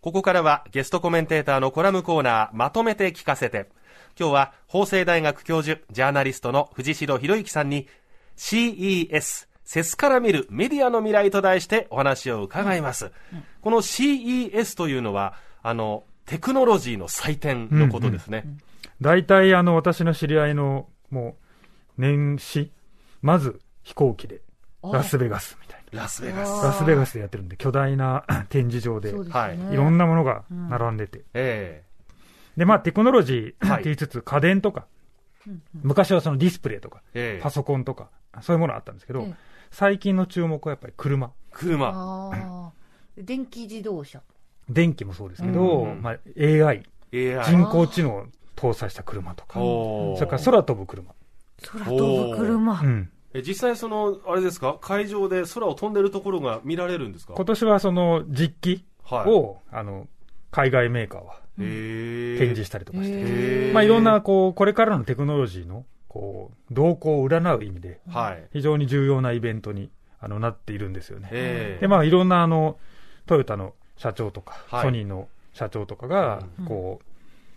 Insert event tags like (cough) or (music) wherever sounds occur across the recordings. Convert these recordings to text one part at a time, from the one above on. ここからはゲストコメンテーターのコラムコーナーまとめて聞かせて。今日は法政大学教授、ジャーナリストの藤代博之さんに CES、セスから見るメディアの未来と題してお話を伺います。この CES というのは、あの、テクノロジーの祭典のことですね。大体あの私の知り合いのもう年始、まず飛行機でラスベガスみたいラスベガス。な。あラスベガスでやってるんで、巨大な (laughs) 展示場で、そういですよねろんなものが並んでて。えで、まあテクノロジーはいって言いつつ、家電とか、うんうん昔はそのディスプレイとか、えええパソコンとか、そういうものあったんですけどええ、最近の注目はやっぱり車。車。あー電気自動車。電気もそうですけど、うんまあ AI、 AI。人工知能を搭載した車とか、おーそれから空飛ぶ車。空飛ぶ車。うんえ実際その、あれですか会場で空を飛んでるところが見られるんですか今年はその実機はいを、あの、海外メーカーはへー展示したりとかして、へーまあいろんな、こう、これからのテクノロジーの、こう、動向を占う意味で、はい。非常に重要なイベントにあのなっているんですよね。ええで、まあいろんな、あの、トヨタの社長とか、はいソニーの社長とかがう、んこう、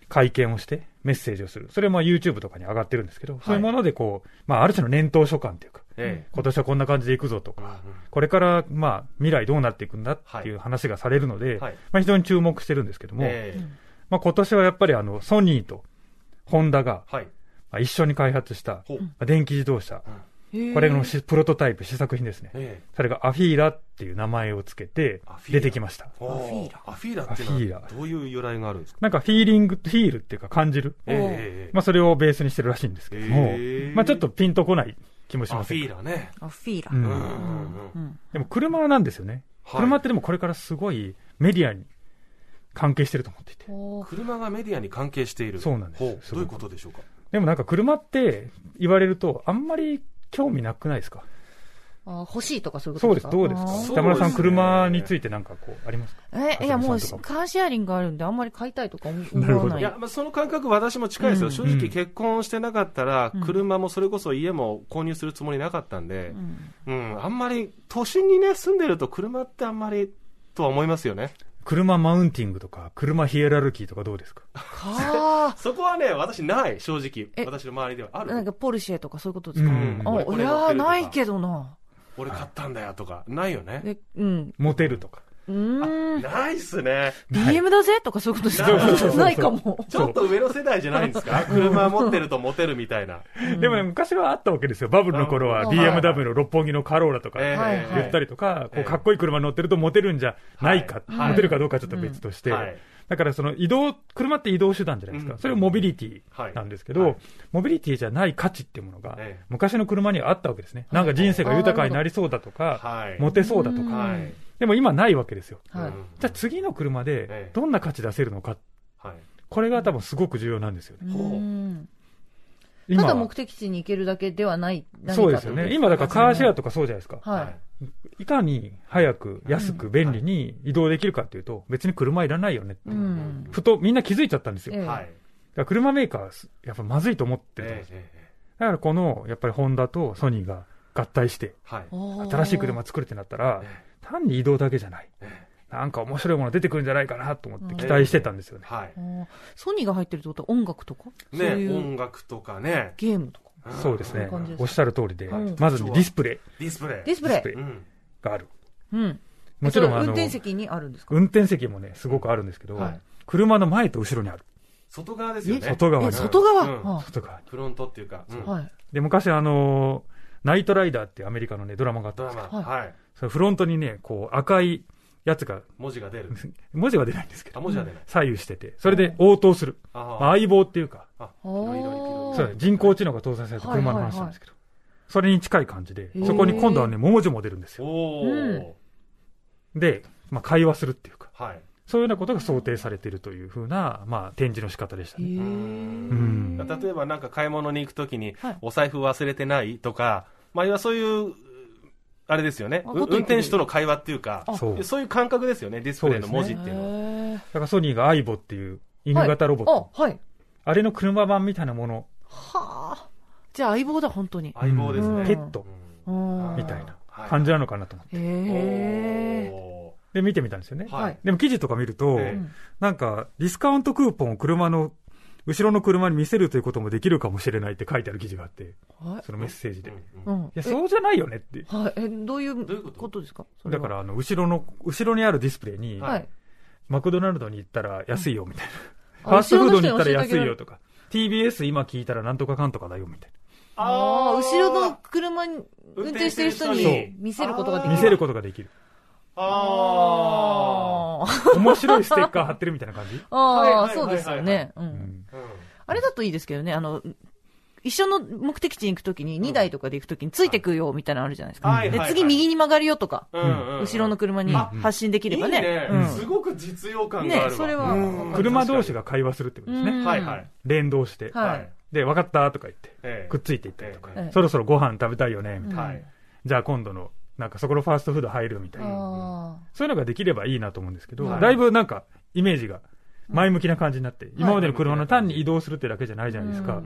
会見をしてメッセージをする。それも YouTube とかに上がってるんですけど、そういうものでこう、まあある種の年頭所感というか、ええ今年はこんな感じでいくぞとかうんうん、これから、まあ、未来どうなっていくんだっていう話がされるので、はいまあ、非常に注目してるんですけども、ええまあ、今年はやっぱりあのソニーとホンダが、はい。まあ、一緒に開発した、ほうまあ、電気自動車、へーこれのしプロトタイプ、試作品ですね、ええそれがアフィーラっていう名前をつけてアフィーラ出てきました。おアフィーラアフィーラっていうのはアフィーどういう由来があるんですかなんかフィーリング、フィールっていうか感じる、おーええまあ、それをベースにしてるらしいんですけども、へーまあ、ちょっとピンとこない気もしアまフせんィーかラね。あフィーラ。うんうんううんんでも車なんですよね、はい車ってでもこれからすごいメディアに関係してると思っていて。おー車がメディアに関係している。そうなんですほすどごういうくことでしょうかでもなんか車って言われると、あんまり興味なくないですかあ欲しいとかそういうこそうとです、どうでですかすあかーそう北村さでん、すね車についてなんかこう、ありますかえ、いやもうさんと、かカーシェアリングがあるんで、あんまり買いたいとか思なるほ思わどないい。や、まあ、その感覚、私も近いですよ、うん正う直、ん結婚してなかったら、うん車もそれこそ家も購入するつもりなかったんでう、んうん、あんまり都心にね、住んでると、車ってあんまりとは思いますよね、車マウンティングとか、車ヒエラルキーとかどうですか (laughs) かそこはね、私、ない、正直、え私の周りではあーなんる、かポルシェとかそういうことですうかんあ、俺こいれ乗っやてーるとかないけどな。俺買ったんだよとか、ないよね、えうん。モテるとか。うーん。ないっすね、 BM だぜとかそういうことですそうそうそうかそうないかも。ちょっと上の世代じゃないんですか、 (laughs) 車持ってるとモテるみたいな、 (laughs) でもね、昔はあったわけですよ。バブルの頃はうん BMW の六本木のカローラとかええはいはい言ったりとか、ええこうかっこいい車乗ってるとモテるんじゃないか、はいモテるかどうかちょっと別としてうんはい、だからその移動、車って移動手段じゃないですうかん。それをモビリティなんですけはいはいど、モビリティじゃない価値っていうものがええ、昔の車にはあったわけですね。なんか人生が豊かになりそうだとか、はい、モテそうだとうんか。はい、でも今ないわけですよ。はいうんじゃあ次の車ええでどんな価値出せるのか、はいこれが多分すごく重要なんですよね。うほうんた今はだ目的地に行けるだけではない。何かそうですよね。今だからカーシェアとかそうじゃないですか。はい。いかに早く、安く、便利に移動できるかっていうと、別に車いらないよねってう。ん。ふとみんな気づいちゃったんですよ。ええだかはいら車メーカーはす、やっぱまずいと思ってると思うんえですよ。えええだからこの、やっぱりホンダとソニーが合体して、はい新しい車作るってなったら、単に移動だけじゃないえ。なんか面白いもの出てくるんじゃないかなと思って期待してたんですよね。はいあーソニーが入ってるってことは音楽とかそうね、いう音楽とかね、ゲームとか。そうですそういねう感じで。すおっしゃる通りではい、まずねディスプレイディスプレイ。ディスプディスレプレイ。イうんがある。うん。もちろん、そあれ運の、転席にあるんですか運転席もね、すごくあるんですけどはい、車の前と後ろにある。外側ですよね。外側にえ、ある。外側うんは外側に。フロントっていうか、うんあはい。で、昔あのー、ナイトライダーっていうアメリカのね、ドラマがあったドんでラすマ、はいはい。そのフロントにね、こう、赤いやつが、 (laughs) 文字が出る。文字は出ないんですけあ、ど、文字が出ない。左右してて、それで応答する。まああ相棒っていうか、あ、あ、あいろいろいろーそうです人工知能が搭載された車の話なんですけど、それに近い感じでへ、ーそこに今度はね、桃字も出るんですよ。おうんお。で、まあ、会話するっていうか、はい。そういうようなことが想定されているというふうな、まあ、展示の仕方でしたへね。ーうん例えばなんか買い物に行くときにはい、お財布忘れてないとか、まあ、いわゆるそういう、あれですよね。あう後運で行く転手との会話っていうか、そう。だそういう感覚ですよね、ディスプレイの文字っていうのは。へーからソニーがアイボっていう犬型ロボット、あ、はい。あれの車版みたいなもの、はあ。じゃあ相棒だ、本当に。相棒ですうんね。ペットうんうんみたいなはい感じなのかなと思って。へえ。おーで、見てみたんですよね。はい。でも記事とか見ると、ええなんか、ディスカウントクーポンを車の、後ろの車に見せるということもできるかもしれないって書いてある記事があって、はいそのメッセージで。いうんうんや、そうじゃないよねって。えはいえどうどういいうこうとことですかそれだはから、あの、後ろの、後ろにあるディスプレイに、はいマクドナルドに行ったら安いよみたいな。あファーストフードに行ったら後ろの人安に教えてあげらいれよるとか、TBS 今聞いたらなんとかかんとかだよみたいああー後ろの車に運転してる人そうに見せることができな。る見せることができる。ああー面白いステッカー貼ってるみたいな感じ、はいはいあはーいそうですよねううんんあ。あれだといいですけどね、あの、一緒の目的地に行くときに、2台とかで行くときに、ついてくよみたいなのあるじゃないですか。はいではい。次右に曲がるよとか、うんうんうん後ろの車にあ発信できればいいねね。う。んすごく実用感があるわ。ねそれはうん車同士が会話するってことですね。うんはいはい。連動して。はいで、分かったとか言って、ええくっついていったりとか、ええそろそろご飯食べたいよね、みたいなうんはい。じゃあ今度の、なんかそこのファーストフード入るみたいな、あそういうのができればいいなと思うんですけど、はいだいぶなんか、イメージが前向きな感じになって、今までの車の単に移動するってだけじゃないじゃないですか。ううんん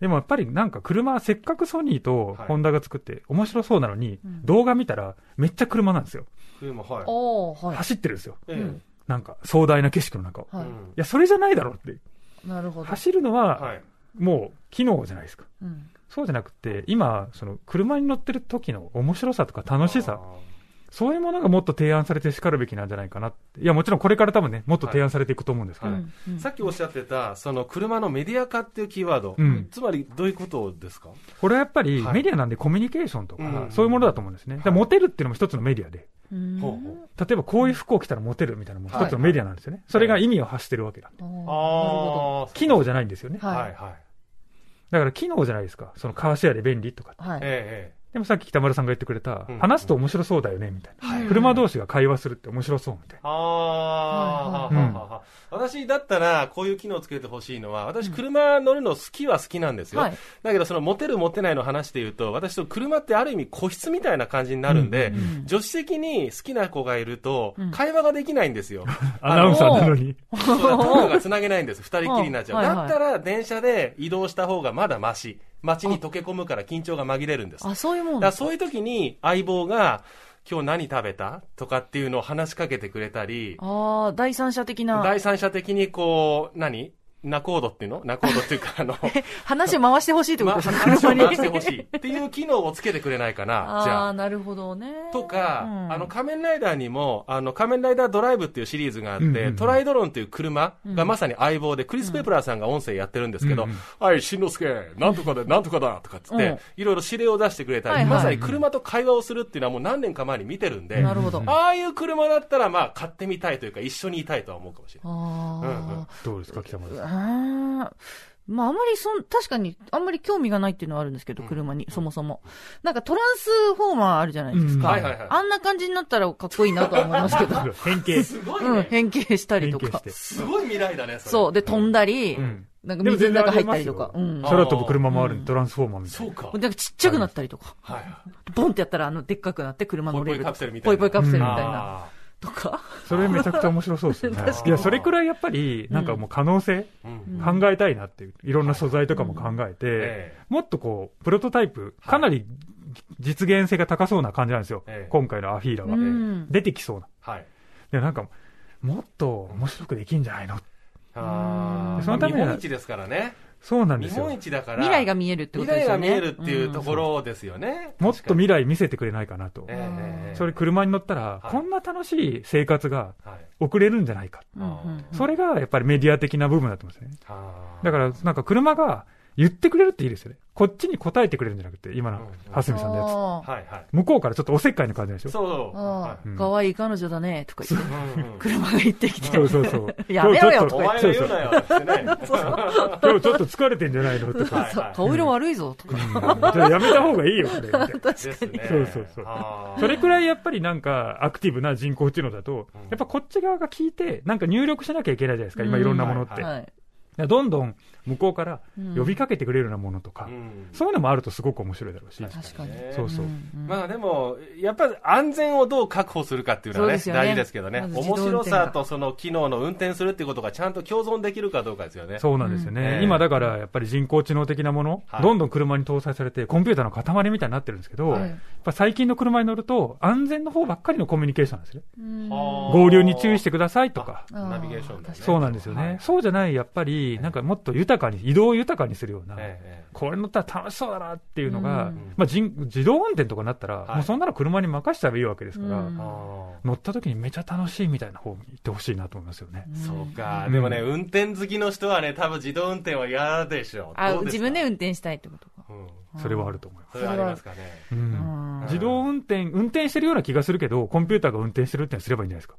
でもやっぱりなんか車、せっかくソニーとはいホンダが作って面白そうなのに、うん動画見たらめっちゃ車なんですよ。車、ーはおーはい。走ってるんですよ。い。ええうんなんか壮大な景色の中を。いはうんや、それじゃないだろうって。い。なるほど。走るのははい。もう機能じゃないですか。うんそうじゃなくて、今、その車に乗ってる時の面白さとか楽しさ、そういうものがもっと提案されて叱るべきなんじゃないかなって。いや、もちろんこれから多分ね、もっと提案されていくと思うんですけはど。いうんうんさっきおっしゃってた、その車のメディア化っていうキーワード、うんつまりどういうことですかこれはやっぱりはいメディアなんでコミュニケーションとうかん、そういうものだと思うんですね。だからモテるっていうのも一つのメディアで。うんほうほう例えばこういう服を着たらモテるみたいなのも一つのメディアなんですよね。それが意味を発してるわけだ。あーなるほああ、機能じゃないんですよね。ど。ははいい。はい。だから機能じゃないですか。そのカーシェアで便利とか。はい。えでもさっき北丸さんが言ってくれたうん、話すと面白そうだよね、みたいえええ。な。車同士が会話するって面白そう、みたいああ、ははいはいははは私だったら、こういう機能つけてほしいのは、私車乗るの好きは好きなんですよ。はいだけど、そのモテるモテないの話で言うと、私と車ってある意味個室みたいな感じになるんで、うん助手席に好きな子がいるとう、ん会話ができないんです (laughs) よ。な。アナウンサーなのに。そうだタオルが繋げないんです。二人きりになっちゃう。はいはいだったら、電車で移動した方がまだマシ。街に溶け込むから緊張が紛れるんです。だあ、そういうもんかならんですかそういう時に相棒が、今日何食べたとかっていうのを話しかけてくれたり、ああ、第三者的な。第三者的にこう、何ナコードっていうのナコードっていうか、 (laughs) あの、話を回してほしいってこまとですね。話を車に回してほ (laughs) しいっていう機能をつけてくれないかな、じゃあああ、。なるほどね。とか、うんあの、仮面ライダーにも、あの、仮面ライダードライブっていうシリーズがあって、うんうんうんトライドロンっていう車がうんまさに相棒で、クリス・ペプラーさんが音声やってるんですけど、うんうんはい、しんのすけ、なんとかで、なんとかだ、とかっつって、うんいろいろ指令を出してくれたり、はいはいまさに車と会話をするっていうのはもう何年か前に見てるんで、なるほど。あああいう車だったら、まあ、買ってみたいというか、一緒にいたいとは思うかもしれない。うんうんあ。どうですか、北丸さん。あーまあ、あまりそん、確かに、あんまり興味がないっていうのはあるんですけど、うん車に、そもそも。なんかトランスフォーマーあるじゃないですうんか。はいはいはいあんな感じになったらかっこいいなとは思いますけど。 (laughs) 変形。すごいうん、ね。変形したり変と形かし。て。すごい未来だね、れそう。で、飛んだり、うんなんかでも水全の然中あ入りったますりとよか。うん。あなーん空飛ぶ車回るトランスフォーマーみたそいうな。か。かちっちゃくなったりとか。はいはい。ボンってやったら、あの、でっかくなって車乗ポイポれイるカ。プセルみたいポな。イポイカプセルみたいな。あとか。それめちゃくちゃ面白そうですよ (laughs) ね確か。にいや、それくらいやっぱり、なんかもう可能性、ーうんうん考えたいなっていう。いろんな素材とかも考えて、えもっとこう、プロトタイプ、かなり実現性が高そうな感じなんですよ。ええ今回のアフィーラうは。ん。出てきそうな。えはい。で、なんか、もっと面白くできんじゃないのあーうんそのために日本一ですからね。そうなんで日すよ本。一だから。未来が見えるってこ未来とですがよ見ね。えるっていうところですよね。もっと見未来見せてくれないかなと。それ車に乗ったらは、いこんな楽しい生活がはい。送れるんじゃないか。うん。うんうんそれがやっぱりメディア的な部分だと思うんですよね。あーだから、なんか車が言ってくれるっていいですよね。こっちに答えてくれるんじゃなくて、今うんの、はすみさんのやあーはいはい。つ。向こうからちょっとおせっかいな感じなんでしょそう。あはうんあ、可愛い彼女だね、とか言って、い (laughs) うんうん車が行ってきて。そうそうそう。 (laughs) やめろよおと前かが言って言うなよってね。今日ちょっと疲れてんじゃないのとか。はいそうはい顔色悪いぞ、とうんか。ちょっとやめた方がいいよ、これみたいな。ですね。そうそうそうあーそれくらいやっぱりなんかアクティブな人工知能だとうん、やっぱこっち側が聞いて、なんか入力しなきゃいけないじゃないですか、今いろんなものって。はいはい。やどんどん向こうからうん呼びかけてくれるようなものとか、うんそういうのもあるとすごく面白いだろうし、確確かに。ねそうそう。んんまあでも、やっぱり安全をどう確保するかっていうのはそうね、ですよね大事ですけどね、まず自動面運転が白さとその機能の運転するっていうことがちゃんと共存できるかどうかですよね。そうなんですよね、うん今だからやっぱり人工知能的なもの、はいどんどん車に搭載されて、コンピューターの塊みたいになってるんですけど、はいやっぱ最近の車に乗ると、安全の方ばっかりのコミュニケーションなんですね、うんはあ合流に注意してくださいとか、あーナビゲーションだね確かにそうなんですよね、はいそうじゃない、やっぱりなんかもっと豊かに、移動を豊かにするような、えええこれ乗ったら楽しそうだなっていうのが、うんまあ、人自動運転とかになったら、はいもうそんなの車に任せちゃえばいいわけですから、うんえあ乗った時にめちゃ楽しいみたいな方に行ってほしいなと思いますよね。ーそうか、うんでもね、運転好きの人はね、多分自動運転は嫌でしょう。あど、うす自か分で、運転したいってことか。うん、それはあると思います。それはありますかね。ううんん。うん自動運転、運転してるような気がするけど、コンピューターが運転してるってのすればいいんじゃないですか。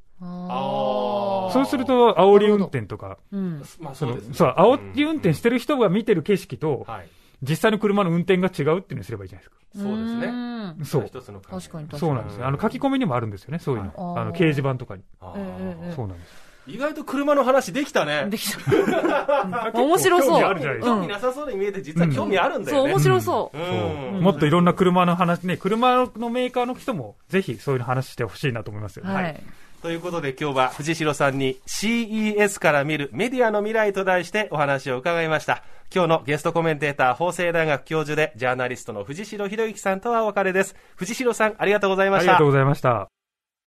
あーそうすると、煽り運転とか、うん。まあそそのうです、ね。、そう、煽り運転しててる人が見てる景色と、はい。実際の車の運転が違うっていうのにすればいいじゃないでそうですね。ね。すか。そ一つの考え確かにう。確かそうに。なんですよ。あの、書き込みにもあるんですよね、そういうの。はいあの、掲示板とかに。あえええーえそうなんです。意外と車の話できたね。できた。面白興そう。味あるじゃないです興味なさそうに見えて、実は興味あるんだそう、よね。面白そう。うんそうもっといろんな車の話ね、車のメーカーの人も、ぜひそういう話してほしいなと思いますよね。はい。ということで今日は藤代さんに CES から見るメディアの未来と題してお話を伺いました。今日のゲストコメンテーター、法政大学教授でジャーナリストの藤代博之さんとはお別れです。藤代さん、ありがとうございまあしりたがとう。ございました。